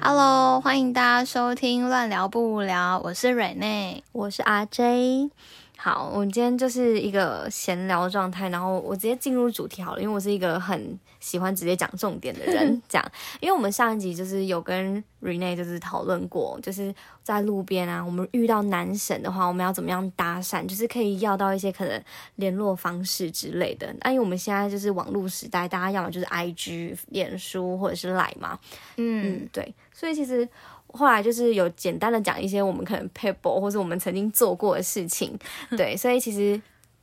Hello，欢迎大家收听《乱聊不无聊》，我是蕊内。我是 RJ。好，我们今天就是一个闲聊状态，然后我直接进入主题好了，因为我是一个很喜欢直接讲重点的 人。这样，因为我们上一集就是有跟 Rene 就是讨论过，就是在路边啊，我们遇到男神的话，我们要怎么样搭讪，就是可以要到一些可能联络方式之类的。那因为我们现在就是网络时代，大家要么就是 IG、脸书或者是 Line 嘛，嗯嗯，，对，所以其实后来就是有简单的讲一些我们可能 p a p e 或是我们曾经做过的事 情，对，所以其实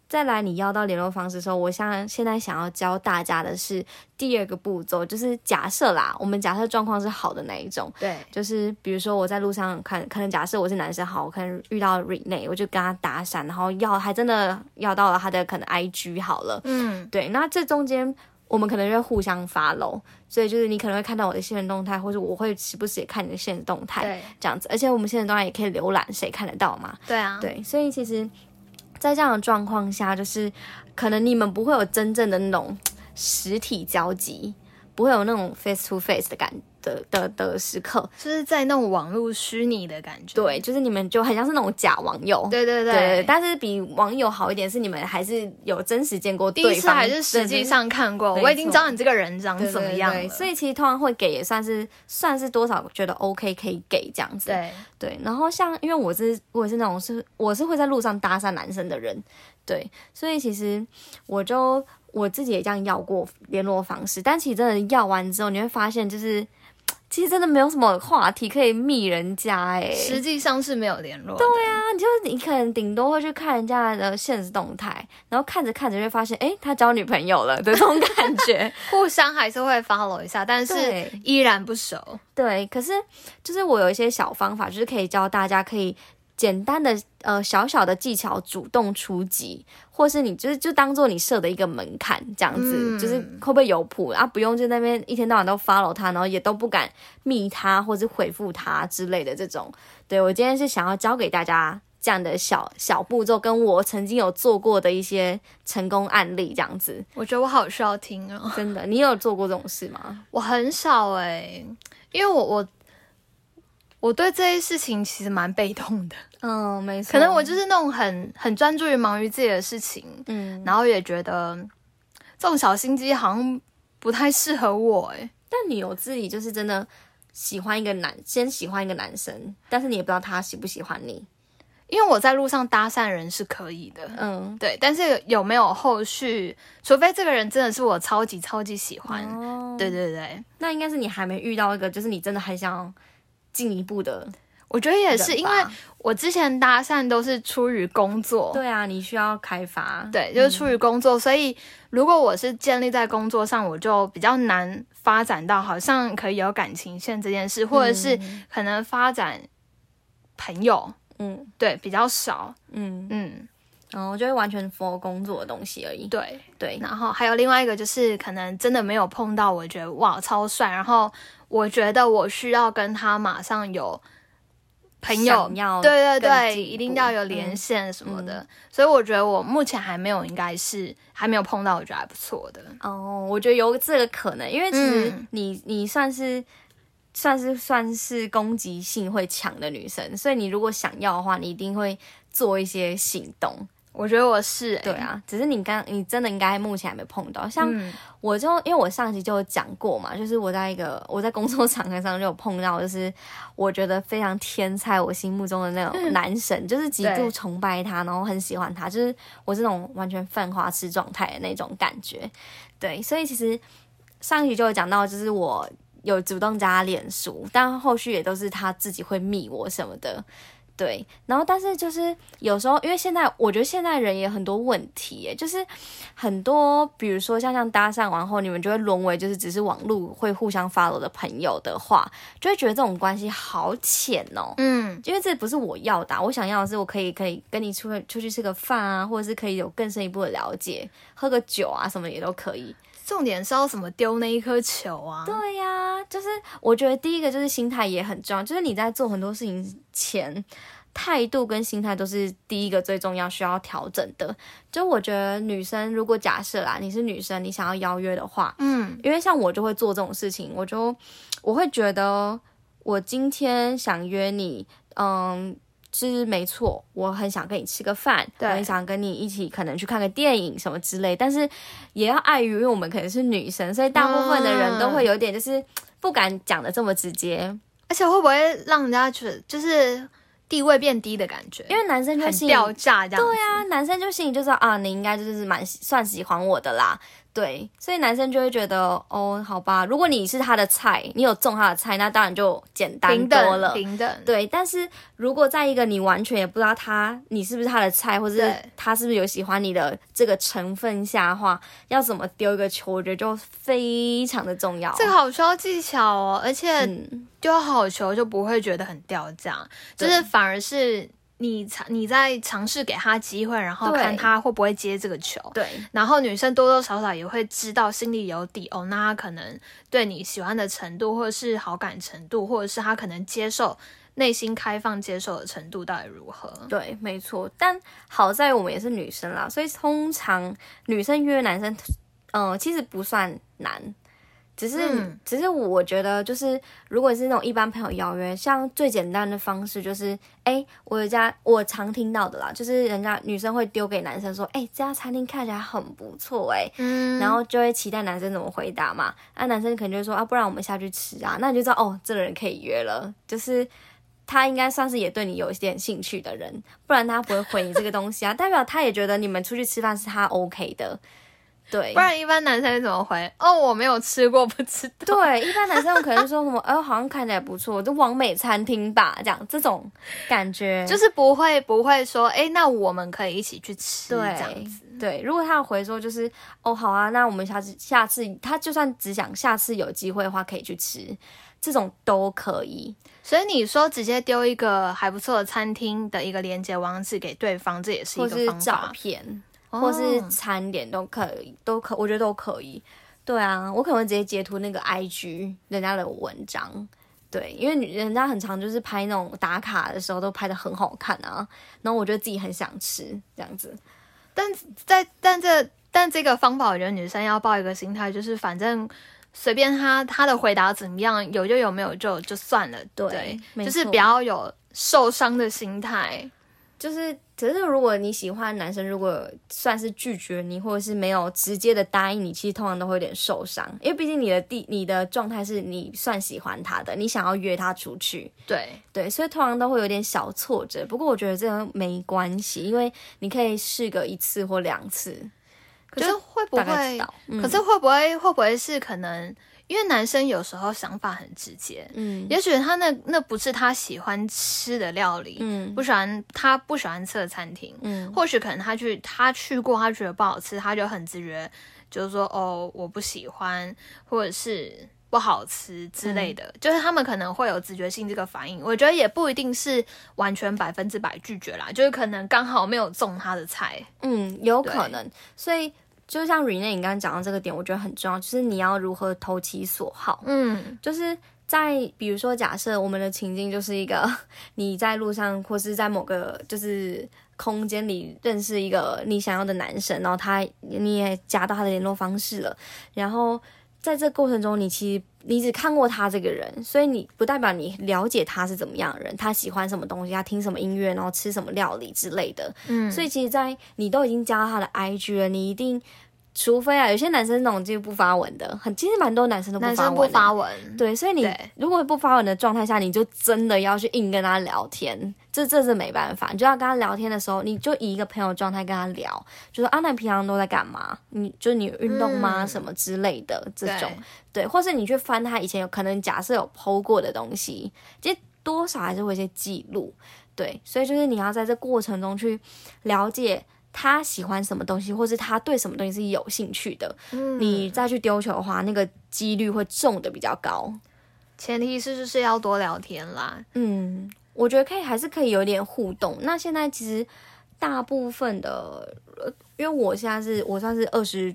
再来你要到联络方式的时候，我想现在想要教大家的是第二个步骤，就是假设啦，我们假设状况是好的那一种。对，就是比如说我在路上看，可能假设我是男生，好，我可能遇到 Rene，我就跟他搭讪，然后要还真的要到了他的可能 IG 好了，嗯，对，那这中间我们可能就会互相发漏，所以就是你可能会看到我的现实动态，或者我会时不时也看你的现实动态，对，这样子。而且我们现实动态也可以浏览，谁看得到嘛？对啊，，对，所以其实，在这样的状况下，就是可能你们不会有真正的那种实体交集，不会有那种 face to face 的感的的的时刻。就是在那种网络虚拟的感觉。对，，就是你们就很像是那种假网友。对对对，但是比网友好一点是你们还是有真实见过第对方，一次还是实对际对上看过，没我已经错知道你这个人长对怎么样了。对对所以其实通常会给也算是算是多少觉得 OK 可以给这样子。对，对然后像因为我是我也是那种是我是会在路上搭讪男生的人，对，所以其实我就我自己也这样要过联络方式，但其实真的要完之后，你会发现就是其实真的没有什么话题可以密人家哎、实际上是没有联络。对啊，那就是你可能顶多会去看人家的现实动态，然后看着看着就会发现，哎、他交女朋友了的这种感觉。互相还是会 follow 一下，但是对依然不熟。对，可是就是我有一些小方法，就是可以教大家可以简单的呃小小的技巧主动出击，或是你就是就当做你设的一个门槛这样子，嗯就是会不会有谱啊？不用就在那边一天到晚都 follow 他，然后也都不敢密他或是回复他之类的这种。对我今天是想要教给大家。这样的小小步骤，跟我曾经有做过的一些成功案例，这样子，我觉得我好需要听 哦，真的，你有做过这种事吗？我很少哎、因为我我我对这些事情其实蛮被动的，嗯，没错可能我就是那种很很专注于忙于自己的事情，嗯，然后也觉得这种小心机好像不太适合我哎、但你有自己就是真的喜欢一个男，先喜欢一个男生，但是你也不知道他喜不喜欢你。因为我在路上搭讪人是可以的。嗯，对，但是有没有后续？除非这个人真的是我超级超级喜欢，哦，对对对，那应该是你还没遇到一个，就是你真的很想进一步的人吧。我觉得也是，因为我之前搭讪都是出于工作，对嗯啊，你需要开发。，对，就是出于工作，所以如果我是建立在工作上，我就比较难发展到好像可以有感情线这件事，或者是可能发展朋友，嗯对，比较少，嗯，嗯，然后就会完全 for 工作的东西而已。对。对，然后还有另外一个就是，可能真的没有碰到，我觉得哇超帅，然后我觉得我需要跟他马上有朋友想，要对对更对，进一步嗯一定要有连线什么的。所以我觉得我目前还没有，应该是还没有碰到，我觉得还不错的。哦，我觉得有这个可能，因为其实嗯你、你算是算是算是攻击性会强的女生，所以你如果想要的话，你一定会做一些行动。我觉得我是、欸，对，啊，只是你刚你真的应该目前还没碰到，像嗯我就因为我上集就有讲过嘛，就是我在一个我在工作场合上就有碰到，就是我觉得非常天才，我心目中的那种男神，就是极度嗯对崇拜他，然后很喜欢他，就是我这种完全犯花痴状态的那种感觉。对，所以其实上一集就有讲到，就是我有主动加他脸书，但后续也都是他自己会密我什么的。对，然后但是就是有时候，因为现在我觉得现在人也很多问题耶，就是很多，比如说像像搭讪完后，你们就会沦为就是只是网络会互相 follow 的朋友的话，就会觉得这种关系好浅哦。嗯，因为这不是我要的啊、我想要的是我可以可以跟你出去出去吃个饭啊，或者是可以有更深一步的了解，喝个酒啊，什么也都可以。重点是要怎么丢那一颗球啊？对呀、就是我觉得第一个就是心态也很重要，就是你在做很多事情前，态度跟心态都是第一个最重要需要调整的。就我觉得女生如果假设啦，你是女生，你想要邀约的话，嗯，因为像我就会做这种事情，我就我会觉得我今天想约你，嗯。是没错，我很想跟你吃个饭，我对很想跟你一起可能去看个电影什么之类，但是也要碍于因为我们可能是女生，所以大部分的人啊都会有点就是不敢讲的这么直接，而且会不会让人家觉得就是地位变低的感觉？因为男生就很心里掉价这样。对啊，男生就心里就知道啊，你应该就是蛮喜算喜欢我的啦。对，所以男生就会觉得哦，好吧，如果你是他的菜，你有中他的菜，那当然就简单平多等了。平等。对，但是如果在一个你完全也不知道他你是不是他的菜，或是对他是不是有喜欢你的这个成分下的话，要怎么丢一个球，我觉得就非常的重要。这个好需要技巧哦，而且嗯，丢好球就不会觉得很掉价，对就是反而是你尝你在尝试给他机会，然后对看他会不会接这个球。对，然后女生多多少少也会知道心里有底哦，那她可能对你喜欢的程度，或者是好感程度，或者是她可能接受内心开放接受的程度到底如何？对，没错。但好在我们也是女生啦，所以通常女生约男生，嗯、其实不算难。只是，嗯只是我觉得，就是如果是那种一般朋友邀约，像最简单的方式就是，哎、我有一家我常听到的啦，就是人家女生会丢给男生说，哎、这家餐厅看起来很不错、哎，嗯然后就会期待男生怎么回答嘛。那、男生可能就会说啊，不然我们下去吃啊。那你就知道哦，这个人可以约了，就是他应该算是也对你有一点兴趣的人，不然他不会回你这个东西啊， 代表他也觉得你们出去吃饭是他 OK 的。对不，然一般男生怎么回？哦，我没有吃过，不知道。对，一般男生可能说什么，哎、好像看起来不错，就完美餐厅吧，这样这种感觉就是不会不会说，哎、那我们可以一起去吃对这样子。对，如果他有回说就是哦好啊，那我们下次下次他就算只想下次有机会的话可以去吃，这种都可以。所以你说直接丢一个还不错的餐厅的一个连接网址给对方，这也是或一是个方照法，哦片，或是餐点都可以，都可，我觉得都可以。对啊，我可能会直接截图那个 IG 人家的文章，对，因为女人家很常就是拍那种打卡的时候都拍的很好看啊，然后我觉得自己很想吃这样子，在但这但这个方法，我觉得女生要抱一个心态，就是反正随便他他的回答怎么样，有就有，没有就就算了。对对，没就是错不要有受伤的心态。就是，可是如果你喜欢的男生，如果算是拒绝你，或者是没有直接的答应你，其实通常都会有点受伤，因为毕竟你的地你的状态是你算喜欢他的，你想要约他出去，对，对，所以通常都会有点小挫折。不过我觉得这个没关系，因为你可以试个一次或两次，可是会不大概知会？道。嗯可是会不会会不会是可能？因为男生有时候想法很直接，嗯也许他那那不是他喜欢吃的料理，嗯不喜欢他不喜欢吃的餐厅，嗯，或许可能他去他去过，他觉得不好吃，他就很直觉就是说哦我不喜欢，或者是不好吃之类的，就是他们可能会有直觉性这个反应。我觉得也不一定是完全百分之百拒绝啦，就是可能刚好没有中他的菜。嗯，有可能。所以就像 Rene 你刚刚讲到这个点，我觉得很重要，就是你要如何投其所好。嗯，就是在比如说，假设我们的情境就是一个 你在路上或是在某个就是空间里认识一个你想要的男生，然后他你也加到他的联络方式了，然后在这过程中，你其实你只看过他这个人，所以你不代表你了解他是怎么样的人，他喜欢什么东西，他听什么音乐，然后吃什么料理之类的。嗯所以其实在，你都已经加到他的 IG 了，你一定。除非啊，有些男生那种就不发文的，很其实蛮多男生都不发男文、生不欸发文，对，所以你对如果不发文的状态下，你就真的要去硬跟他聊天，这这是没办法。你就要跟他聊天的时候，你就以一个朋友状态跟他聊，就说啊，那你平常都在干嘛？你就你有运动吗？嗯什么之类的这对种，对，或是你去翻他以前有可能假设有剖过的东西，其实多少还是会有一些记录，对，所以就是你要在这过程中去了解。他喜欢什么东西，或是他对什么东西是有兴趣的，嗯你再去丢球的话，那个几率会中的比较高。前提是就是要多聊天啦。嗯，我觉得可以，还是可以有点互动。那现在其实大部分的，呃因为我现在是我算是二十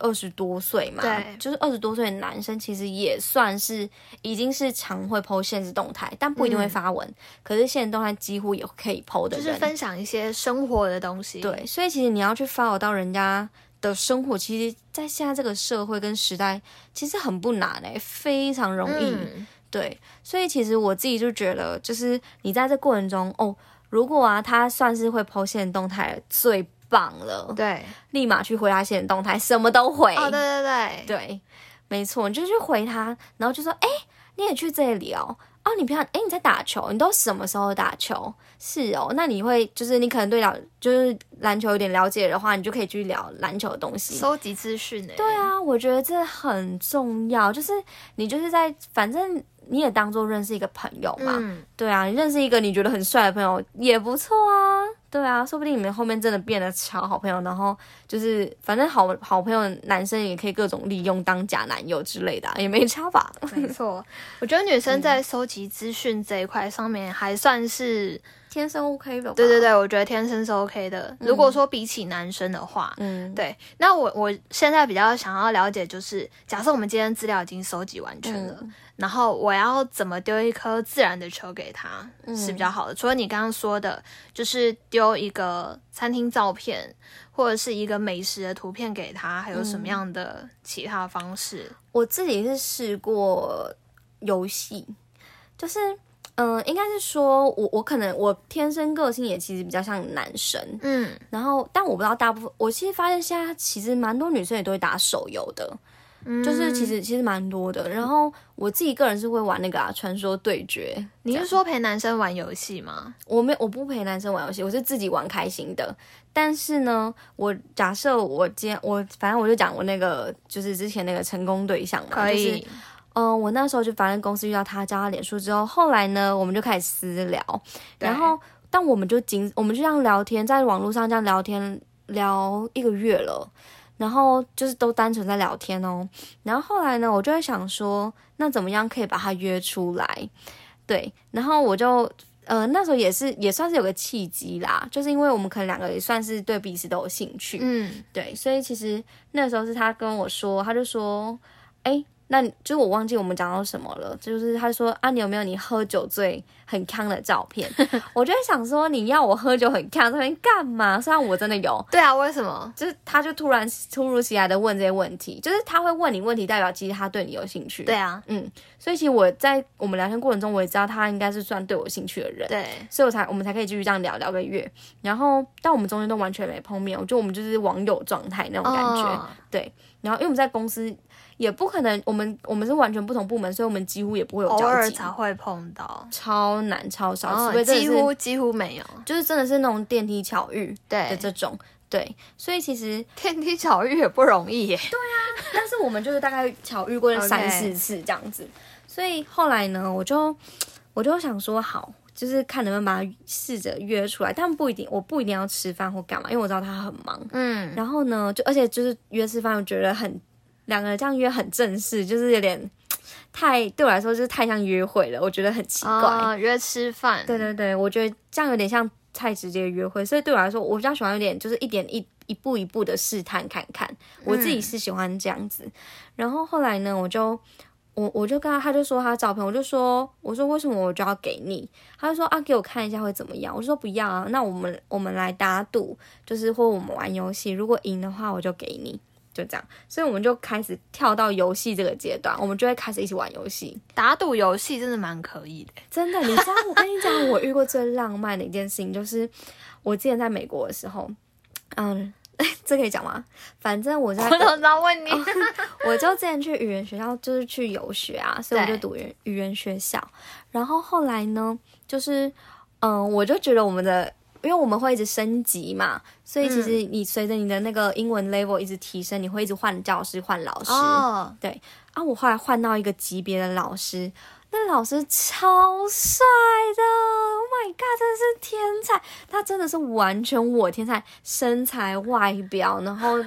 二十多岁嘛对，就是二十多岁的男生，其实也算是已经是常会 PO 现实动态，但不一定会嗯发文。可是现实动态几乎也可以 PO 的就人，是分享一些生活的东西。对，所以其实你要去 follow 到人家的生活，其实，在现在这个社会跟时代，其实很不难诶、非常容易。嗯，对，所以其实我自己就觉得，就是你在这过程中，哦，如果啊，他算是会 PO 现实动态最棒了，对，立马去回他现实动态，什么都回。哦，对对对，对，没错，你就去回他，然后就说，哎、你也去这里哦。哦，你平常哎你在打球，你都什么时候打球？是哦，那你会就是你可能对了就是篮球有点了解的话，你就可以去聊篮球的东西。收集资讯呢。对啊，我觉得这很重要，就是你就是在反正你也当做认识一个朋友嘛，嗯，对啊，你认识一个你觉得很帅的朋友也不错啊。对啊，说不定你们后面真的变得超好朋友，然后就是反正好好朋友男生也可以各种利用当假男友之类的啊、也没差吧？没错，我觉得女生在收集资讯这一块上面还算是， 天生 OK 的，对对，对，我觉得天生是 OK 的。如果说比起男生的话，嗯，对，那我我现在比较想要了解，就是假设我们今天资料已经收集完全了，嗯然后我要怎么丢一颗自然的球给他、嗯是比较好的？除了你刚刚说的，就是丢一个餐厅照片或者是一个美食的图片给他，还有什么嗯样的其他方式？我自己是试过游戏，就是嗯、呃应该是说我我可能我天生个性也其实比较像男生，嗯然后但我不知道大部分，我其实发现现在其实蛮多女生也都会打手游的，嗯，就是其实其实蛮多的。然后我自己个人是会玩那个啊，传说对决。你是说陪男生玩游戏吗？我没我不陪男生玩游戏，我是自己玩开心的。但是呢，我假设我今天我反正我就讲我那个就是之前那个成功对象嘛，可就是以，嗯，我那时候就反正公司遇到他，加他脸书之后，后来呢，我们就开始私聊，对然后但我们就仅我们就这样聊天，在网络上这样聊天聊一个月了，然后就是都单纯在聊天哦。然后后来呢，我就会想说，那怎么样可以把他约出来？对，然后我就。呃，那时候也是也算是有个契机啦，就是因为我们可能两个也算是对彼此都有兴趣，嗯，对，所以其实那时候是他跟我说，他就说，哎、那你就是我忘记我们讲到什么了，就是他说啊，你有没有你喝酒醉很康的照片？ 我就在想说，你要我喝酒很康照片干嘛？虽然我真的有，对啊，为什么？就是他就突然突如其来的问这些问题，就是他会问你问题，代表其实他对你有兴趣。对，啊，嗯，所以其实我在我们聊天过程中，我也知道他应该是算对我有兴趣的人。对，所以我才我们才可以继续这样聊聊个月，然后但我们中间都完全没碰面，我觉得我们就是网友状态那种感觉。哦然后因为我们在公司也不可能，我们我们是完全不同部门，所以我们几乎也不会有偶交尔集，才会碰到，超难超少，除哦，非真的几是乎几乎没有。就是真的是那种电梯巧遇的对，这种。对，所以其实，天梯巧遇也不容易耶。但是我们就是大概巧遇过 OK 三四次这样子所以后来呢，我就我就想说，好，就是看能不能把他试着约出来，但不一定，我不一定要吃饭或干嘛，因为我知道他很忙，嗯，然后呢，就而且就是约吃饭，我觉得很两个人这样约很正式，就是有点太对我来说就是太像约会了，我觉得很奇怪。啊，约吃饭，对对对，我觉得这样有点像太直接的约会，所以对我来说，我比较喜欢有点就是一点一一步一步的试探看看，我自己是喜欢这样子。然后后来呢，我就。我我就跟他，他就说他照片，我就说我说为什么我就要给你？他就说啊，给我看一下会怎么样？我就说不要啊，那我们我们来打赌，就是或我们玩游戏，如果赢的话我就给你，就这样。所以我们就开始跳到游戏这个阶段，我们就会开始一起玩游戏。打赌游戏真的蛮可以的。真的，你知道我跟你讲，我遇过最浪漫的一件事情，就是我之前在美国的时候，嗯， 这可以讲吗？反正我在 我怎么知道问 你？我就之前去语言学校，就是去游学啊，所以我就对读语言语言学校。然后后来呢，就是嗯，我就觉得我们的，因为我们会一直升级嘛，所以嗯其实你随着你的那个英文 level 一直提升，你会一直换教师、换老师。哦，啊，我后来换到一个级别的老师，那老师超帅的，Oh my god，真的是天才！他真的是完全我天才，身材、外表，然后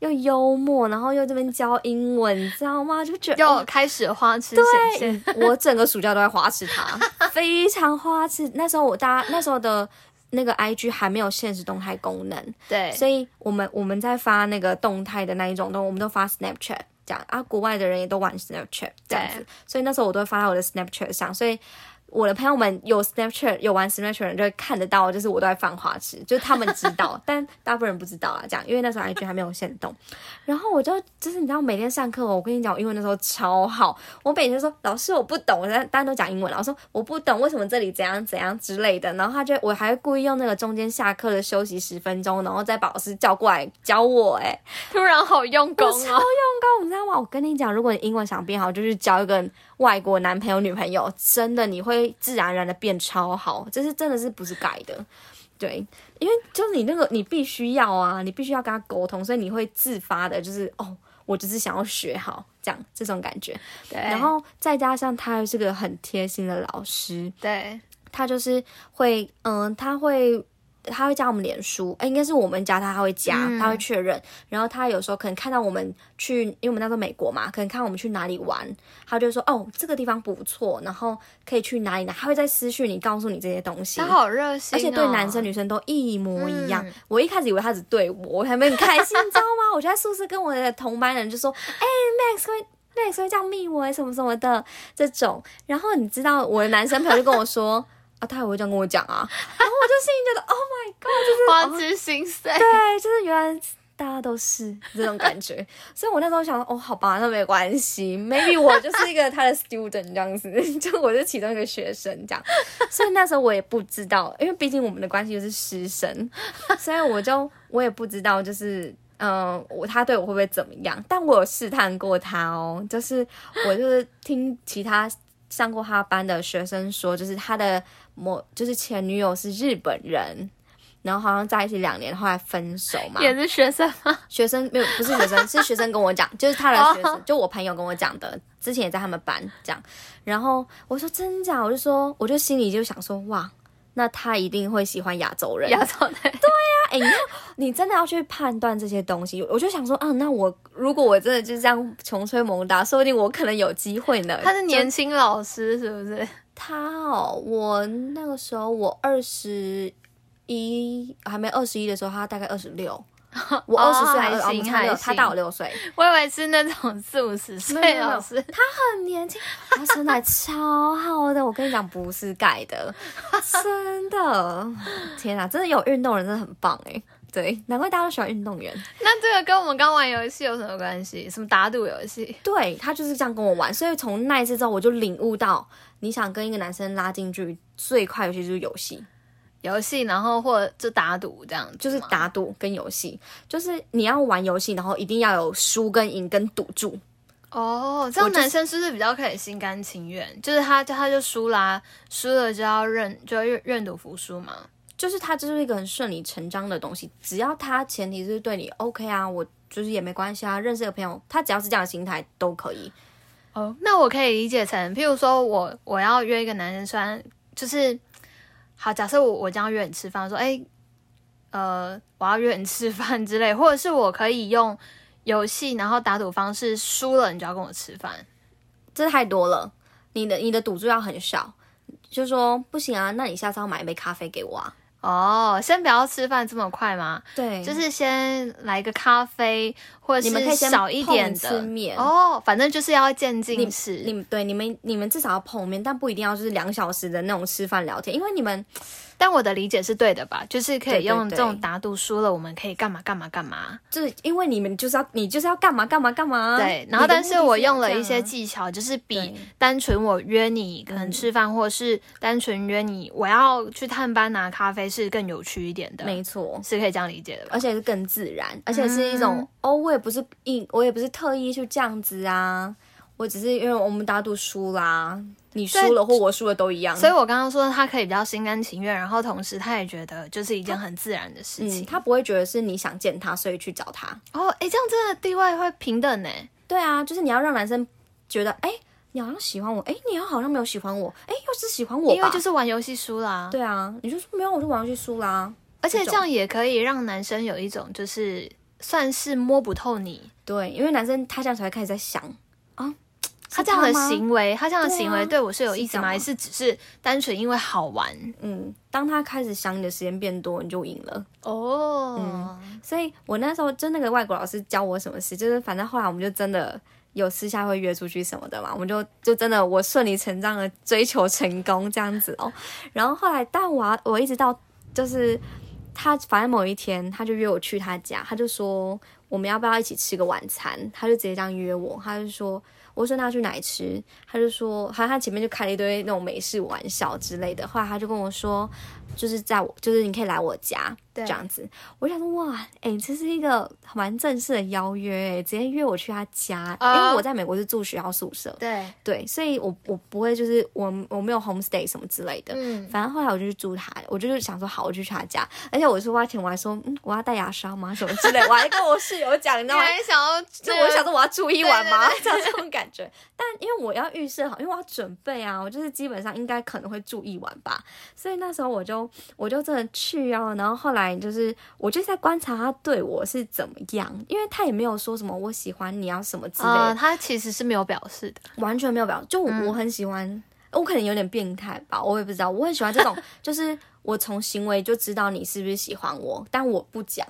又幽默，然后又这边教英文，你知道吗？就觉得又哦开始花痴显现。 我整个暑假都在花痴他，非常花痴。那时候我大家那时候的。那个 IG 还没有现实动态功能，对，所以我们我们在发那个动态的那一种都，我们都发 Snapchat 这样啊，国外的人也都玩 Snapchat 这样子对，所以那时候我都会发到我的 Snapchat 上，所以。我的朋友们有 Snapchat 有玩 Snapchat 的人就会看得到，就是我都在放花痴，就是他们知道，但大部分人不知道啊，这样，因为那时候 IG 还没有限动。然后我就就是你知道，每天上课哦我跟你讲，我英文那时候超好，我每天说老师我不懂，我大家都讲英文，老师说我不懂为什么这里怎样怎样之类的，然后他就我还故意用那个中间下课的休息十分钟，然后再把老师叫过来教我、哎，突然好用功我超用哦，功，你知道吗？我跟你讲，如果你英文想变好，就去交一个外国男朋友、女朋友，真的你会自然而然的变超好，这是真的是不是改的。对，因为就是你那个，你必须要啊，你必须要跟他沟通，所以你会自发的，就是哦，我就是想要学好，这样这种感觉。对，然后再加上他又是个很贴心的老师，对他就是会，嗯，他会。他会加我们脸书，哎、应该是我们加他，他会加，嗯他会确认。然后他有时候可能看到我们去，因为我们那时候美国嘛，可能看我们去哪里玩，他就说哦，这个地方不错，然后可以去哪里呢？他会在私讯你告诉你这些东西。他好热心、而哦，且对男生女生都一模一样。嗯我一开始以为他只对我，我还没很开心，你知道吗？ 我就在宿舍跟我的同班人就说：“哎、m a x 会 Max 会这样密我欸什么什么的这种。”然后你知道我的男生朋友就跟我说：“啊，他也会这样跟我讲啊。”然后我就心里觉得：“Oh my god！” 花之心碎，对，就是原来。大家都是这种感觉，所以我那时候想说，哦，好吧，那没关系，maybe 我就是一个他的 student 这样子， 就我是其中一个学生这样，所以那时候我也不知道，因为毕竟我们的关系就是师生，所以我就我也不知道，就是嗯，呃我他对我会不会怎么样？但我有试探过他哦，就是我就是听其他上过他班的学生说，就是他的某就是前女友是日本人。然后好像在一起两年，后来分手嘛。也是学生啊吗？学生没有，不是学 生，是学生跟我讲，就是他的学生哦就我朋友跟我讲的，之前也在他们班这样。然后我说真假，我就说，我就心里就想说，哇，那他一定会喜欢亚洲人。亚洲的，哎、你看，你真的要去判断这些东西。我就想说，啊，那我如果我真的就这样穷吹猛打，说不定我可能有机会呢。他是年轻老师是不是？他哦，我那个时候我二十一，还没二十一的时候，他大概二十六。 我二十岁还哦我们行差六还他大行我六岁。 我以为是那种四五十没有岁没有老师，很年轻， 他身材超好的，我跟你讲不是盖 的，真的，天啊哪，真的有运动人真的很棒哎，对，难怪大家都喜欢运动员。那这个跟我们刚玩游戏有什么关系？什么打赌游戏？对他就是这样跟我玩，所以从那一次之后，我就领悟到，你想跟一个男生拉近距离最快的其实就是游戏，游戏，然后或者就打赌这样子吗，就是打赌跟游戏，就是你要玩游戏，然后一定要有输跟赢跟赌注，哦，这样男生是不是比较可以心甘情愿？就是他就他就输啦，输了就要认就要认认赌服输嘛。就是它就是一个很顺理成章的东西，只要它前提是对你 OK 啊，我就是也没关系啊，认识的朋友，他只要是这样的心态都可以。哦，那我可以理解成，譬如说我我要约一个男生，虽然就是好，假设我我这样约你吃饭，说哎、呃，我要约你吃饭之类，或者是我可以用游戏然后打赌方式，输了你就要跟我吃饭。这太多了，你的你的赌注要很少，就说不行啊，那你下次要买一杯咖啡给我啊。哦，先不要吃饭这么快吗？对就就是是先来个咖啡，或者你们可是以先少一点碰一次的面哦，反正就是要渐进式。你们对你们你们至少要碰面，但不一定要就是两小时的那种吃饭聊天，因为你们但我的理解是对的吧？就是可对对以用这种对打赌输了，我们可以干嘛干嘛干嘛。就是因为你们就是要你就是要干嘛干嘛干嘛。对，然你后的但目是的我要这用了样一些啊技巧，就是比嗯对单纯我约你可能吃饭，或是单纯约你我要去探班拿咖啡是更有趣一点的，没错，嗯是可以这样理解的吧而？且是更自然，而且是一种、哦，我也不是硬，我也不是特意去这样子啊，我只是因为我们打赌输啦，你输了或我输了都一样，所以我刚刚说他可以比较心甘情愿，然后同时他也觉得就是一件很自然的事嗯，情。他不会觉得是你想见他，所以去找他。哦，哎，这样真的地位会平等呢。对啊，就是你要让男生觉得，哎、你好像喜欢我，哎、你好像没有喜欢我，哎、又是喜欢我吧？因为就是玩游戏输啦、对啊，你就说没有，我就玩游戏输啦。而且这样也可以让男生有一种就是算是摸不透你，对，因为男生他这样才会开始在想啊，他这样的吗行为，他这样的对啊行为对我是有意是这思样吗？吗还是只是单纯因为好玩？嗯，当他开始想你的时间变多，你就赢了。哦，所以我那时候就那个外国老师教我什么事，就是反正后来我们就真的有私下会约出去什么的嘛，我们就就真的我顺理成章的追求成功这样子哦。然后后来，但我要我一直到就是他反正某一天他就约我去他家，他就说我们要不要一起吃个晚餐？他就直接这样约我，他就说。我说那要去哪里吃，他就说，他他前面就开了一堆那种美式玩笑之类的，后来他就跟我说，就是在我，就是你可以来我家对这样子，我就想说哇，哎、这是一个蛮正式的邀约、哎，直接约我去他家，啊因为我在美国是住学校宿舍，对，对，所以我我不会就是我我没有 homestay 什么之类的，嗯，反正后来我就去住他，我就是想说好，我就去他家，而且我出发前我还说，嗯，我要带牙刷吗？什么之类，我还跟我室友讲，你知你道吗？还想要就那个，我想说我要住一晚吗？这 样这种感觉。但因为我要预设好，因为我要准备啊，我就是基本上应该可能会住一晚吧。所以那时候我就我就真的去哦，然后后来就是我就在观察他对我是怎么样，因为他也没有说什么我喜欢你啊什么之类啊、的，他其实是没有表示的，完全没有表，就我,、我很喜欢，我可能有点变态吧，我也不知道，我很喜欢这种，就是我从行为就知道你是不是喜欢我，但我不讲，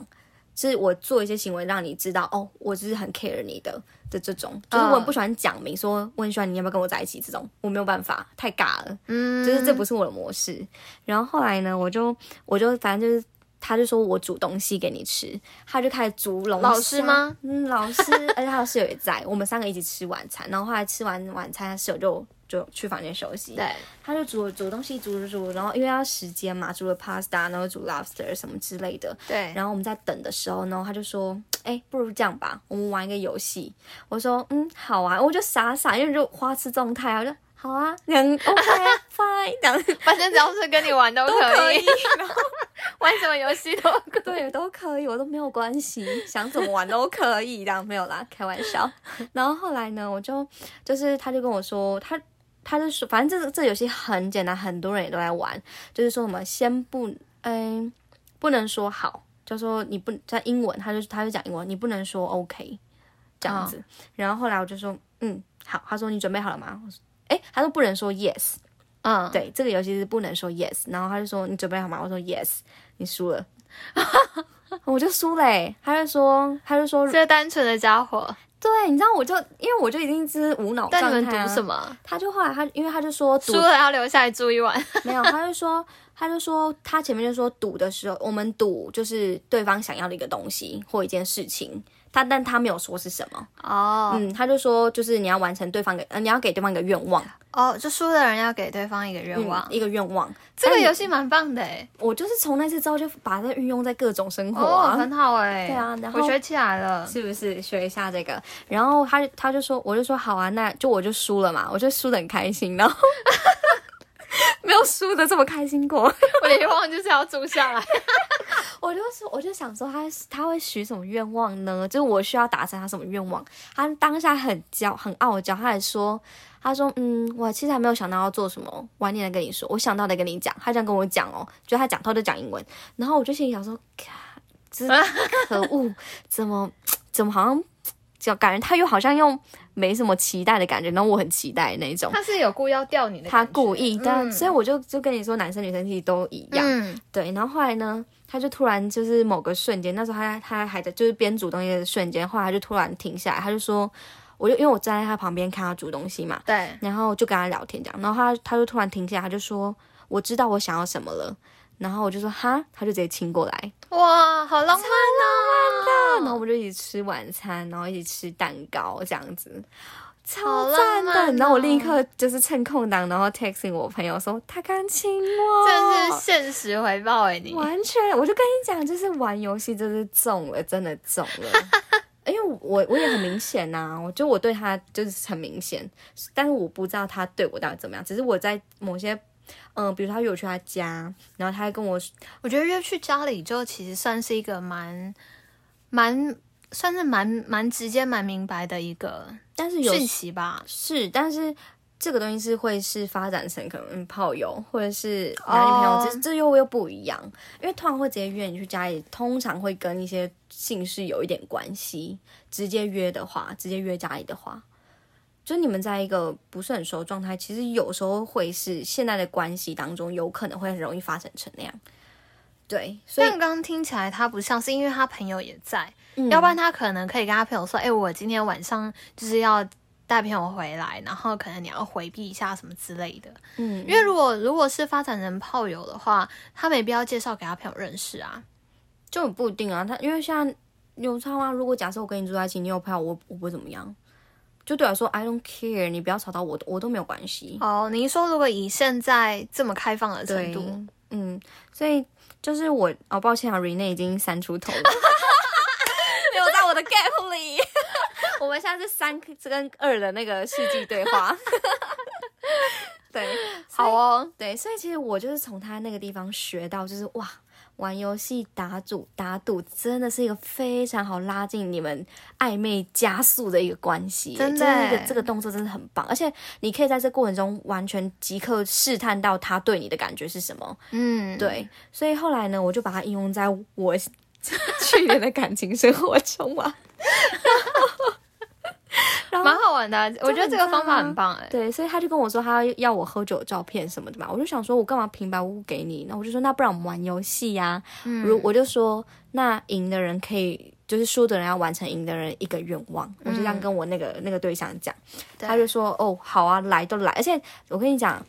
就是我做一些行为让你知道，哦，我就是很 care 你的的这种，就是我很不喜欢讲明说我很喜欢你，你要不要跟我在一起这种，我没有办法，太尬了。嗯，就是这不是我的模式。然后后来呢，我就我就反正就是。他就说我煮东西给你吃，他就开始煮龙虾老师吗？嗯，老师，而且他的室友也在，我们三个一起吃晚餐。然后后来吃完晚餐，他室友就就去房间休息。对，他就煮煮东西，煮煮煮，然后因为要时间嘛，煮了 pasta，然后煮 lobster 什么之类的。对，然后我们在等的时候呢，他就说：“哎、不如这样吧，我们玩一个游戏。”我说：“嗯，好啊。”我就傻傻，因为就花痴状态啊，我就好啊， 两 OK fine，这样子反正只要是跟你玩都都可以，以，然后玩什么游戏都 可以。对都可以，我都没有关系，想怎么玩都可以，这样没有啦，开玩笑。 然后后来呢，我就就是他就跟我说，他他就说，反正这这游戏很简单，很多人也都在玩，就是说什么先不嗯、不能说好，就说你不在英文，他就他就讲英文，你不能说 OK 这样子。然后后来我就说嗯好，他说你准备好了吗？我说哎，他说不能说 yes，嗯，对，这个游戏是不能说 yes，然后他就说你准备好吗？我说 yes，你输了， 我就输嘞、他就说，他就说，这个单纯的家伙。对，你知道，我就因为我就已经是无脑状但态、你啊。们赌什？么？他就后来他，因为他就说赌输了要留下来住一晚。没有，他就说，他就说，他前面就说赌的时候，我们赌就是对方想要的一个东西或一件事情，他但他没有说是什么， 哦嗯，他就说就是你要完成对方给，呃，你要给对方一个愿望，哦，就输的人要给对方一个愿望嗯。一个愿望。这个但你游戏蛮棒的哎，我就是从那次之后就把它运用在各种生活哦，啊，很好哎。对啊然后我学起 来了。是不是学一下这个？然后他他就说，我就说好啊，那就我就输了嘛，我就输的很开心，然后 没有输的这么开心过。我的愿望就是要住下来。我就说，我就想说他他会许什么愿望呢？就是我需要达成他什么愿望？他当下很骄很傲娇，他还说。他说：“嗯，我其实还没有想到要做什么，晚点再跟你说。我想到再跟你讲。”他这样跟我讲哦，就他讲，他就讲英文。然后我就心里想说：“嘎 真可恶，怎么怎么好像就感觉他又好像又没什么期待的感觉，然后我很期待那一种。 他是有故意要钓你的他感觉，故意，但、嗯所以我就就跟你说，男生女生其实都一样。嗯对，然后后来呢，他就突然就是某个瞬间，那时候他他还在就是边煮东西的瞬间，后来他就突然停下来，他就说，我就因为我站在他旁边看他煮东西嘛，对，然后就跟他聊天这样，然后他他就突然停下来，他就说我知道我想要什么了，然后我就说哈，他就直接亲过来，哇，好浪漫啊哦，然后我们就一起吃晚餐，然后一起吃蛋糕这样子。好超浪赞的！漫哦然后我立刻就是趁空档，然后 texting 我朋友说他刚亲我，这是现实回报哎，你完全，我就跟你讲，就是玩游戏就是中了，真的中了。因为我我也很明显呐、我就我对他就是很明显，但是我不知道他对我到底怎么样，只是我在某些。嗯，比如他约我去他家，然后他还跟我我觉得约去家里就其实算是一个蛮蛮算是蛮蛮直接蛮明白的一个但是有讯息吧。是，但是这个东西是会是发展成可能炮友或者是男女朋友哦这这又又不一样，因为通常会直接约你去家里，通常会跟一些姓氏有一点关系，直接约的话，直接约家里的话，就你们在一个不是很熟的状态，其实有时候会是现在的关系当中，有可能会很容易发展成那样。对，所以但刚刚听起来他不像是，因为他朋友也在，嗯要不然他可能可以跟他朋友说：“哎、我今天晚上就是要带朋友回来，然后可能你要回避一下什么之类的。”嗯，因为如果如果是发展成炮友的话，他没必要介绍给他朋友认识啊。就很不一定啊。他因为现在有差吗？啊如果假设我跟你住在一起，你有朋友，我我不会怎么样。就对我来说，I don't care，你不要吵到我，我都没有关系。哦，您说如果以现在这么开放的程对度，，嗯，所以就是我哦，抱歉啊，Rene 已经三出头了，没有在我的 gap 里。 我们现在是三跟二的那个世纪对话。 对，好哦，对，所以其实我就是从他那个地方学到，就是哇，玩游戏打赌打赌真的是一个非常好拉近你们暧昧加速的一个关系，真的就是那欸个这个动作真的很棒，而且你可以在这过程中完全即刻试探到他对你的感觉是什么。嗯，，对，所以后来呢，我就把它应用在我 去年的感情生活中嘛。 蛮好玩的啊。我觉得这个方法很棒哎、对，所以他就跟我说他要我喝酒的照片什么的嘛，我就想说我干嘛平白无故给你？那我就说那不然我们玩游戏呀、如、我就说那赢的人可以。就是输的人要完成赢的人一个愿望，我就这样跟我那个那个对象讲，对他就说哦好啊，来都来，而且我跟你讲，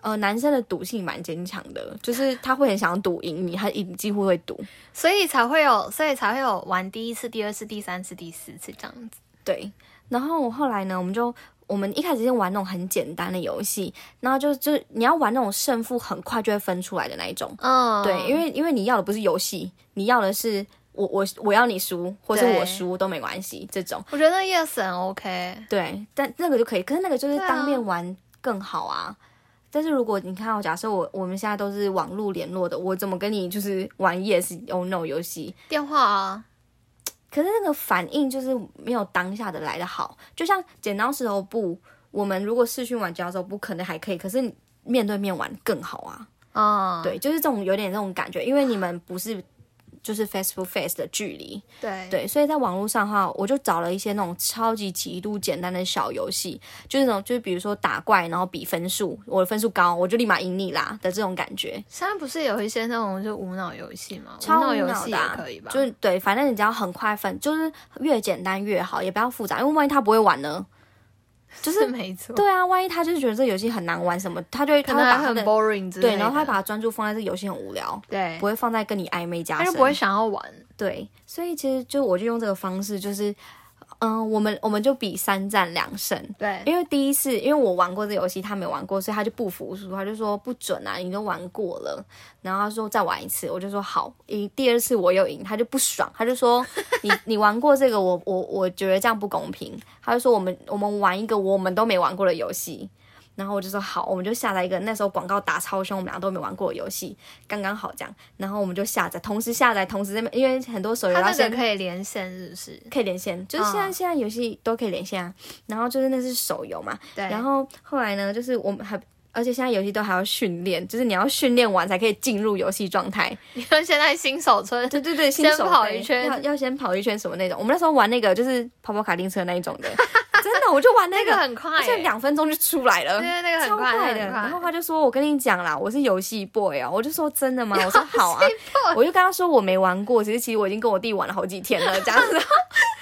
呃，男生的赌性蛮坚强的，就是他会很想赌赢你，他一几乎会赌，所以才会有，所以才会有玩第一次、第二次、第三次、第四次这样子。对，然后我后来呢，我们就我们一开始先玩那种很简单的游戏，然后就就你要玩那种胜负很快就会分出来的那一种。嗯，对，因为因为你要的不是游戏，你要的是我我我要你输，或是对我输都没关系这种。我觉得 yes 很 OK。对，但那个就可以，可是那个就是对啊当面玩更好啊。但是如果你看哦，假设我我们现在都是网络联络的，我怎么跟你就是玩 yes or no 游戏？电话啊，可是那个反应就是没有当下的来的好。就像剪刀石头布，我们如果视讯玩剪刀石头布，可能还可以，可是你面对面玩更好啊。嗯，对，就是这种有点这种感觉，因为你们不是就是 face to face 的距离，对对，所以在网络上的话，我就找了一些那种超级极度简单的小游戏，就是那种就是比如说打怪，然后比分数，我的分数高，我就立马赢你啦的这种感觉。现在不是有一些那种就无脑游戏吗？超无脑游无脑的戏也啊可以吧？就是对，反正你只要很快分，就是越简单越好，也不要复杂，因为万一他不会玩呢？就是没错，对啊，万一他就是觉得这游戏很难玩什么，他就会可他会能把还他很的 boring 之类的。对，然后他会把他专注放在这个游戏很无聊，对不，会放在跟你暧昧加他深，就不会想要玩。对，所以其实就我就用这个方式，就是嗯、呃我们我们就比三战两胜。对，因为第一次，因为我玩过这游戏，他没玩过，所以他就不服输，他就说不准啊，你都玩过了。然后他说再玩一次，我就说好。赢第二次我又赢，他就不爽，他就说你你玩过这个，我我我觉得这样不公平。他就说我们我们玩一个我们都没玩过的游戏。然后我就说好，我们就下载一个那时候广告打超凶，我们俩都没玩过的游戏，刚刚好这样。然后我们就下载，同时下载，同时在那边，因为很多手游他要那先个可以连线，是不是？可以连线，就是现在、嗯现在游戏都可以连线啊。然后就是那是手游嘛，对，然 后后来呢，就是我们还，而且现在游戏都还要训练，就是你要训练完才可以进入游戏状态。你看现在新手村， 对对对，先新手跑对一圈要要先跑一圈什么那种。我们那时候玩那个就是跑跑卡丁车那一种的，真的，我就玩 那那个，个很快而且欸，两分钟就出来了对。对，那个很超快，那快个的，很快然后他就说：“我跟你讲啦，我是游戏 boy 啊。”我就说：“真的 吗？”我说：“好啊。”我就跟他说：“我没玩过，其实其实我已经跟我弟玩了好几天 了，这样子。”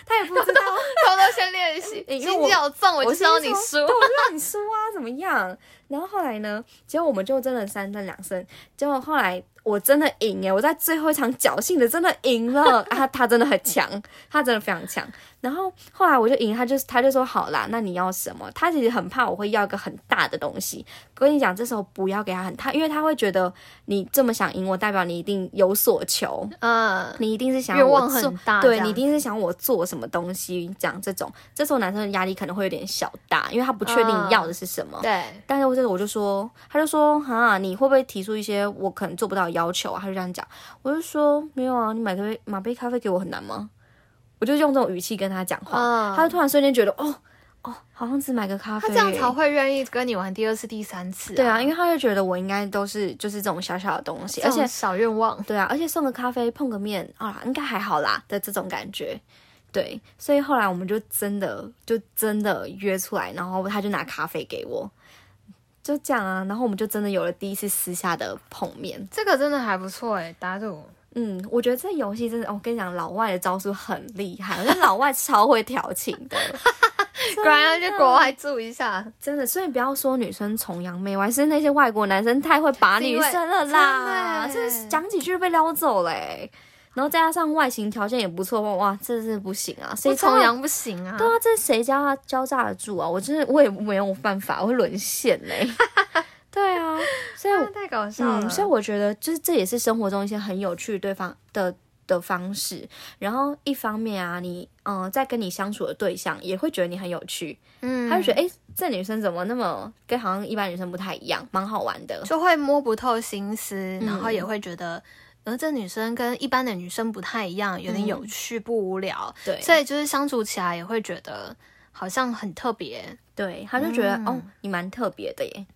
他也不知道，偷偷先练习， 因为心我机好重，我就我知道心你里输说，对，我就让你输啊，怎么样？然后后来呢，结果我们就真的三战两胜，结果后来我真的赢耶！我在最后一场侥幸的真的赢了， 啊、他他真的很强，他真的非常强。然后后来我就赢，他就他就说好啦，那你要什么？他其实很怕我会要一个很大的东西。我跟你讲，这时候不要给他很大，因为他会觉得你这么想赢我，代表你一定有所求。嗯，你一定是想要愿我望做很大啊这样，对你一定是想我做什么东西，讲这种，这时候男生的压力可能会有点小大，因为他不确定嗯你要的是什么。对，但是我这个我就说，他就说哈，你会不会提出一些我可能做不到的要求啊？他就这样讲，我就说没有啊，你买咖啡买杯咖啡给我很难吗？我就用这种语气跟他讲话，嗯他就突然瞬间觉得哦哦，好像只买个咖他啡，这样才会愿意跟你玩第二次、第三次。对啊，因为为他就觉得我应该都是就是这种小小的东西，而而且且小愿望，对啊，而且送个咖啡、碰个面啊，应该还好啦的这种感觉。对，所以后来我们就真的就真的约出来，然后他就拿咖啡给我，就这样啊，然后我们就真的有了第一次私下的碰面。这个真的还不错哎，打赌。嗯，我觉得这游戏真的，哦我跟你讲，老外的招数很厉害，我觉得老外超会调情的，果然要去国外住一下，真的。所以不要说女生崇洋媚外，是那些外国男生太会把女生了啦，真的就耶是讲几句就被撩走嘞、然后再加上外形条件也不错，哇哇，这是不行啊！谁不知道重阳不行啊。对啊，这谁教他教炸得住啊？我真的我也没有办法，我会沦陷嘞、 对啊，所以我啊太搞笑了。嗯，所以我觉得就是这也是生活中一些很有趣对方的的方式。然后一方面啊，你嗯、呃在跟你相处的对象也会觉得你很有趣，嗯他就觉得哎、诶这女生怎么那么跟好像一般女生不太一样，蛮好玩的。就会摸不透心思，嗯然后也会觉得，呃，这女生跟一般的女生不太一样，有点有趣不无聊，对所以就是相处起来也会觉得好像很特别。对，他就觉得、嗯哦，你蛮特别的耶。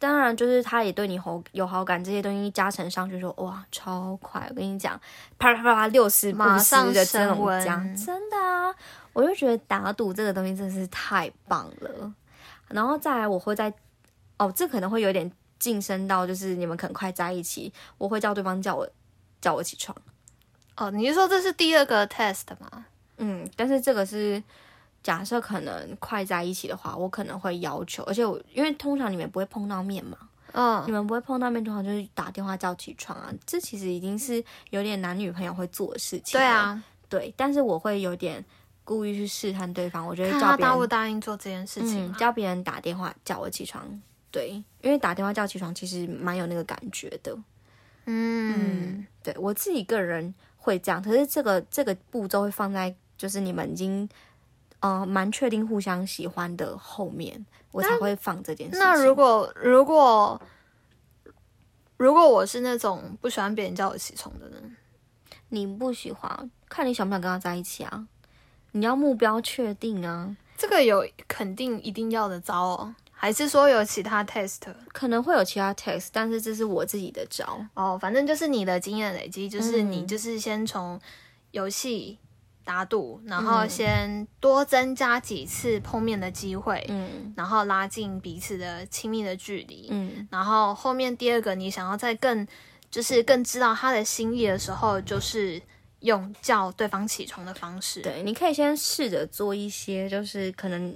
当然，就是他也对你好有好感，这些东西加成上去说，哇，超快！我跟你讲，啪啪啪啪，六十步马上十的这升种温讲，真的啊，我就觉得打赌这个东西真的是太棒了。然后再来，我会在哦，这可能会有点晋升到就是你们可能快在一起，我会叫对方叫我叫我起床。哦，你是说这是第二个 test 吗？嗯，但是这个是假设可能快在一起的话，我可能会要求，而且我因为通常你们不会碰到面嘛，你嗯，们不会碰到面，通常就是打电话叫起床啊，这其实已经是有点男女朋友会做的事情。对，啊，对，但是我会有点故意去试探对方，我就会看叫他别答不人，答应做这件事情嗯，啊、叫别人打电话叫我起床。对，因为打电话叫起床其实蛮有那个感觉的。嗯，嗯，对我自己个人会这样，可是这个这个步骤会放在就是你们已经呃蛮确定互相喜欢的后面，我才会放这件事情。那如果如果如果我是那种不喜欢别人叫我起床的人，你不喜欢，看你想不想跟他在一起啊？你要目标确定啊，这个有肯定一定要的招哦，还是说有其他 test？可能会有其他 text，但是这是我自己的招。哦，反正就是你的经验累积，就是你嗯就是先从游戏打赌，然后嗯先多增加几次碰面的机会，嗯然后拉近彼此的亲密的距离。嗯，然后后面第二个，你想要再更就是更知道他的心意的时候，就是用叫对方起床的方式。，对，你可以先试着做一些，就是可能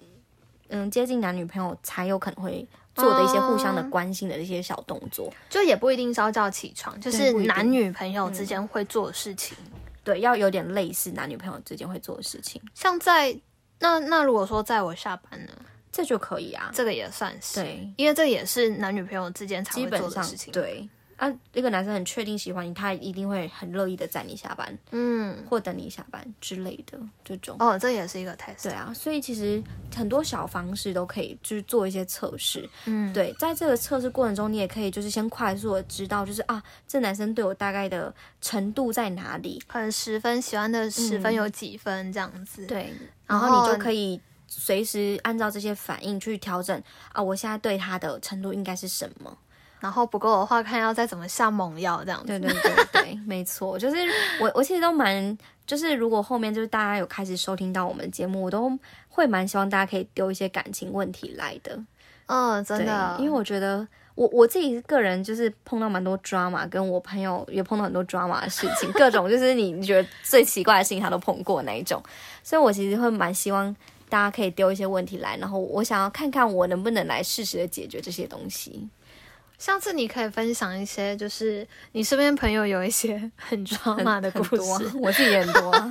嗯接近男女朋友才有可能会做的一些互相的哦关心的一些小动作。就也不一定是要叫起床，就是不一定嗯男女朋友之间会做的事情。对，要有点类似男女朋友之间会做的事情，像在那那如果说在我下班呢，这就可以啊。这个也算是。对，因为这也是男女朋友之间才基会做本的上事情。，对。啊，一个男生很确定喜欢你，他一定会很乐意的载你下班嗯，或等你下班之类的这种。哦，这也是一个 test。对，啊，所以其实很多小方式都可以，就是做一些测试。嗯，对，在这个测试过程中，你也可以就是先快速的知道，就是啊，这男生对我大概的程度在哪里。可能十分喜欢的十分嗯有几分这样子。，对，然然后后你就可以随时按照这些反应去调整啊，我现在对他的程度应该是什么？然后不够的话，看要再怎么下猛药这样子。对对对对，没错，就是我我其实都蛮，就是如果后面就是大家有开始收听到我们节目，我都会蛮希望大家可以丢一些感情问题来的。嗯，真对，的，因为我觉得我我自己个人就是碰到蛮多 drama，跟我朋友也碰到很多 drama 的事情，各种就是你你觉得最奇怪的事情他都碰过那一种，所以我其实会蛮希望大家可以丢一些问题来，然后我想要看看我能不能来适时的解决这些东西。下次你可以分享一些，就是你身边朋友有一些很抓很马的故很多啊事，我自己也很多、啊，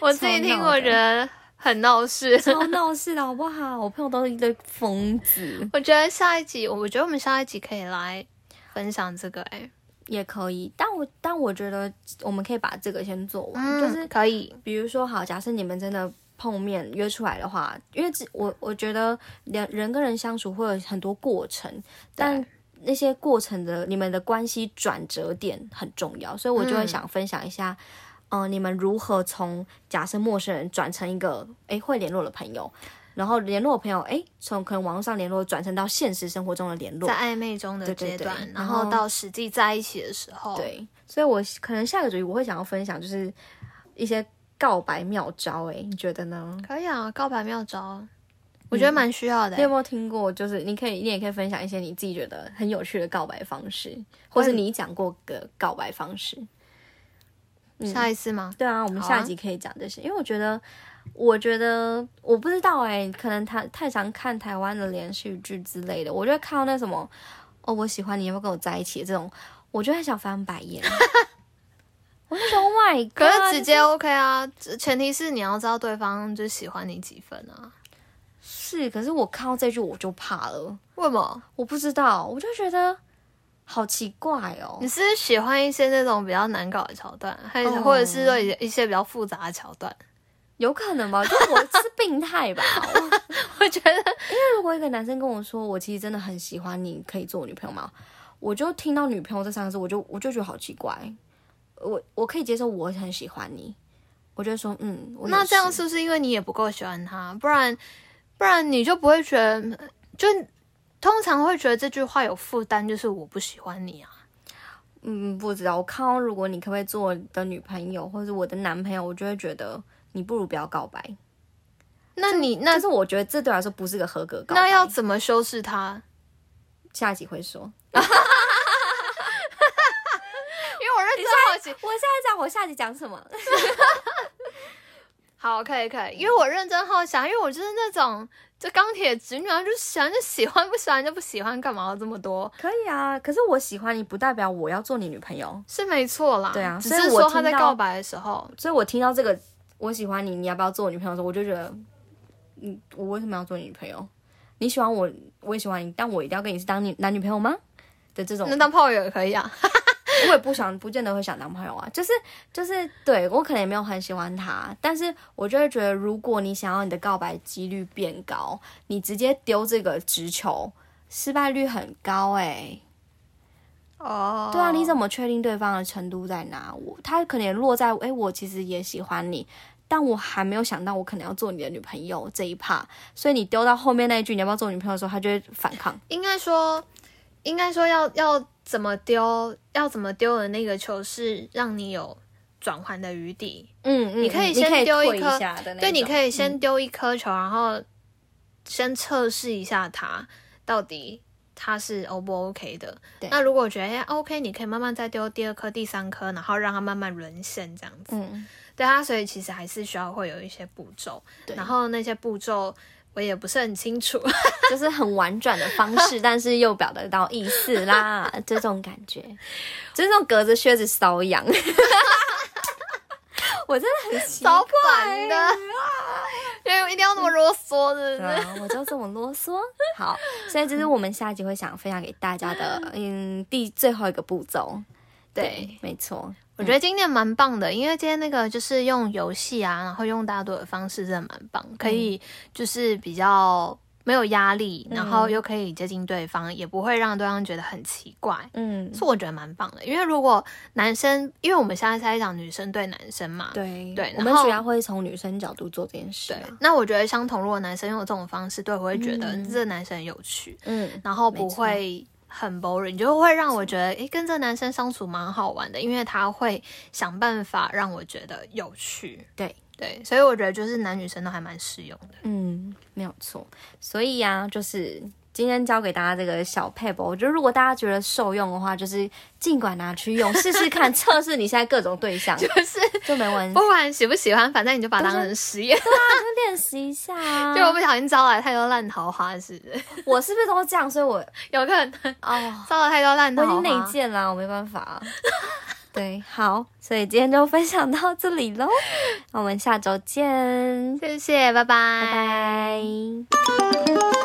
我自己听我觉得很闹 事。超闹事的好不好？我朋友都是一堆疯子，我觉得下一集，我觉得我们下一集可以来分享这个、欸，哎，也可以，但我但我觉得我们可以把这个先做完，嗯，就是可以，比如说，好，假设你们真的碰面约出来的话，因为这我我觉得两人跟人相处会有很多过程，但那些过程的你们的关系转折点很重要，所以我就会嗯想分享一下，嗯、你们如何从假设陌生人转成一个诶会联络的朋友。然后联络的朋友，诶，从可能网络上联络转成到现实生活中的联络在，暧昧中的对对阶对段，然然后后到实际在一起的时候，对，所以我可能下个主题我会想要分享就是一些告白妙招、欸，哎，你觉得呢？可以啊，告白妙招，我嗯觉得蛮需要的、你有没有听过？就是你可以，你也可以分享一些你自己觉得很有趣的告白方式，或是你讲过的告白方式。欸下一次吗？对啊，我们好啊下一集可以讲这些，因为我觉得，我觉得我不知道哎、可能他太常看台湾的连续剧之类的，我就会看到那什么哦，我喜欢你，要不要跟我在一起这种，我就很想翻白眼。我就觉得 Oh my God！可是直接 OK 啊，只前提是你要知道对方就是喜欢你几分啊。是，可是我看到这句我就怕了，为什么？我不知道，我就觉得好奇怪哦你。是不是喜欢一些那种比较难搞的桥段，还、哦或者是说一些比较复杂的桥段？ 有可能吧？就我是病态吧？ 我我觉得如果一个男生跟我说，我其实真的很喜欢你，可以做我女朋友吗？我就听到“女朋友”这三个字，我就我就觉得好奇怪。我我可以接受，我很喜欢你，我就说嗯，我也那这样是是不是因为你也不够喜欢他？不然不然你就不会觉得，就通常会觉得这句话有负担，就是我不喜欢你啊。嗯不知道。我看到如果你可不可以做我的女朋友，或者是我的男朋友，我就会觉得你不如不要告白。那你那但是我觉得这对我来说不是个合格告白。那要怎么修饰他？下一集会说。因为我认真好奇，我现在讲我下集讲什么？好，可以可以，因为我认真好啊想，因为我就是那种就钢铁直女啊，就喜欢就喜欢，不喜欢就不喜欢，干嘛要这么多？可以啊，可是我喜欢你不代表我要做你女朋友，是没错啦，对啊只所以是我说听他在到告白的时候，所以我听到这个我喜欢你，你要不要做我女朋友的时候，我就觉得，嗯，我为什么要做你女朋友？你喜欢我，我也喜欢你，但我一定要跟你是当女男女朋友吗？的这种那，当炮友也可以啊。 我也不想，不见得会想当朋友啊。就是就是，对我可能也没有很喜欢他，但是我就会觉得，如果你想要你的告白几率变高，你直接丢这个直球，失败率很高哎、 哦，对啊，你怎么确定对方的程度在哪？我他可能也落在诶，我其实也喜欢你，但我还没有想到我可能要做你的女朋友这一趴，所以你丢到后面那一句你要不要做女朋友的时候，他就会反抗。应该说，应该说要要怎么丢，要怎么丢的那个球是让你有转换的余地。嗯嗯你可以嗯先可以丢一退颗下的那嗯对，你以可以先丢一颗球，然后先测试一下它到底它是 O 不 OK 的对。那如果觉得哎 OK，你可以慢慢再丢第二颗、第三颗，然后让它慢慢沦陷这样子。嗯，对它，所以其实还是需要会有一些步骤。对然后那些步骤我也不是很清楚。 就是很婉转的方式，但是又表达到意思啦，这种感觉，就是那种隔着靴子搔痒。 我真的很奇怪超烦的，因为一定要那么啰嗦，是对不是？啊，我就这么啰 嗦。好，所以这是我们下一集会想分享给大家的，嗯，第最后一个步骤。对，没错，我觉得今天蛮棒的，因为今天那个就是用游戏啊，然后用大多的方式，真的蛮棒，嗯可以就是比较没有压力，然嗯后又可以接近对方，也不会让对方觉得很奇怪。嗯，是我觉得蛮棒的，因为如果男生，因为我们现在是在讲女生对男生嘛，对对我然们后主要会从女生角度做这件事对啊。，那我觉得相同，如果男生用这种方式对，我会觉得嗯这个男生很有趣，嗯，然后没不错会很 boring，就会让我觉得，诶，跟这男生相处蛮好玩的，因为他会想办法让我觉得有趣。对对，所以我觉得就是男女生都还蛮适用 的。嗯，没有错。所以呀、就是今天教给大家这个小 p a p e 我觉得如果大家觉得受用的话，就是尽管拿去用试试 看，测试你现在各种对象，就是就没问题啊不。管喜不喜欢，反正你就把它当成实 验，就练习一下啊。就我不小心招来太多烂桃花，是不是？ 我是不是都这样？所以我有可能哦，招了太多烂我桃已花。经内建啦，我没办法、对，好，所以今天就分享到这里喽，那我们下周见，谢谢，拜拜拜拜。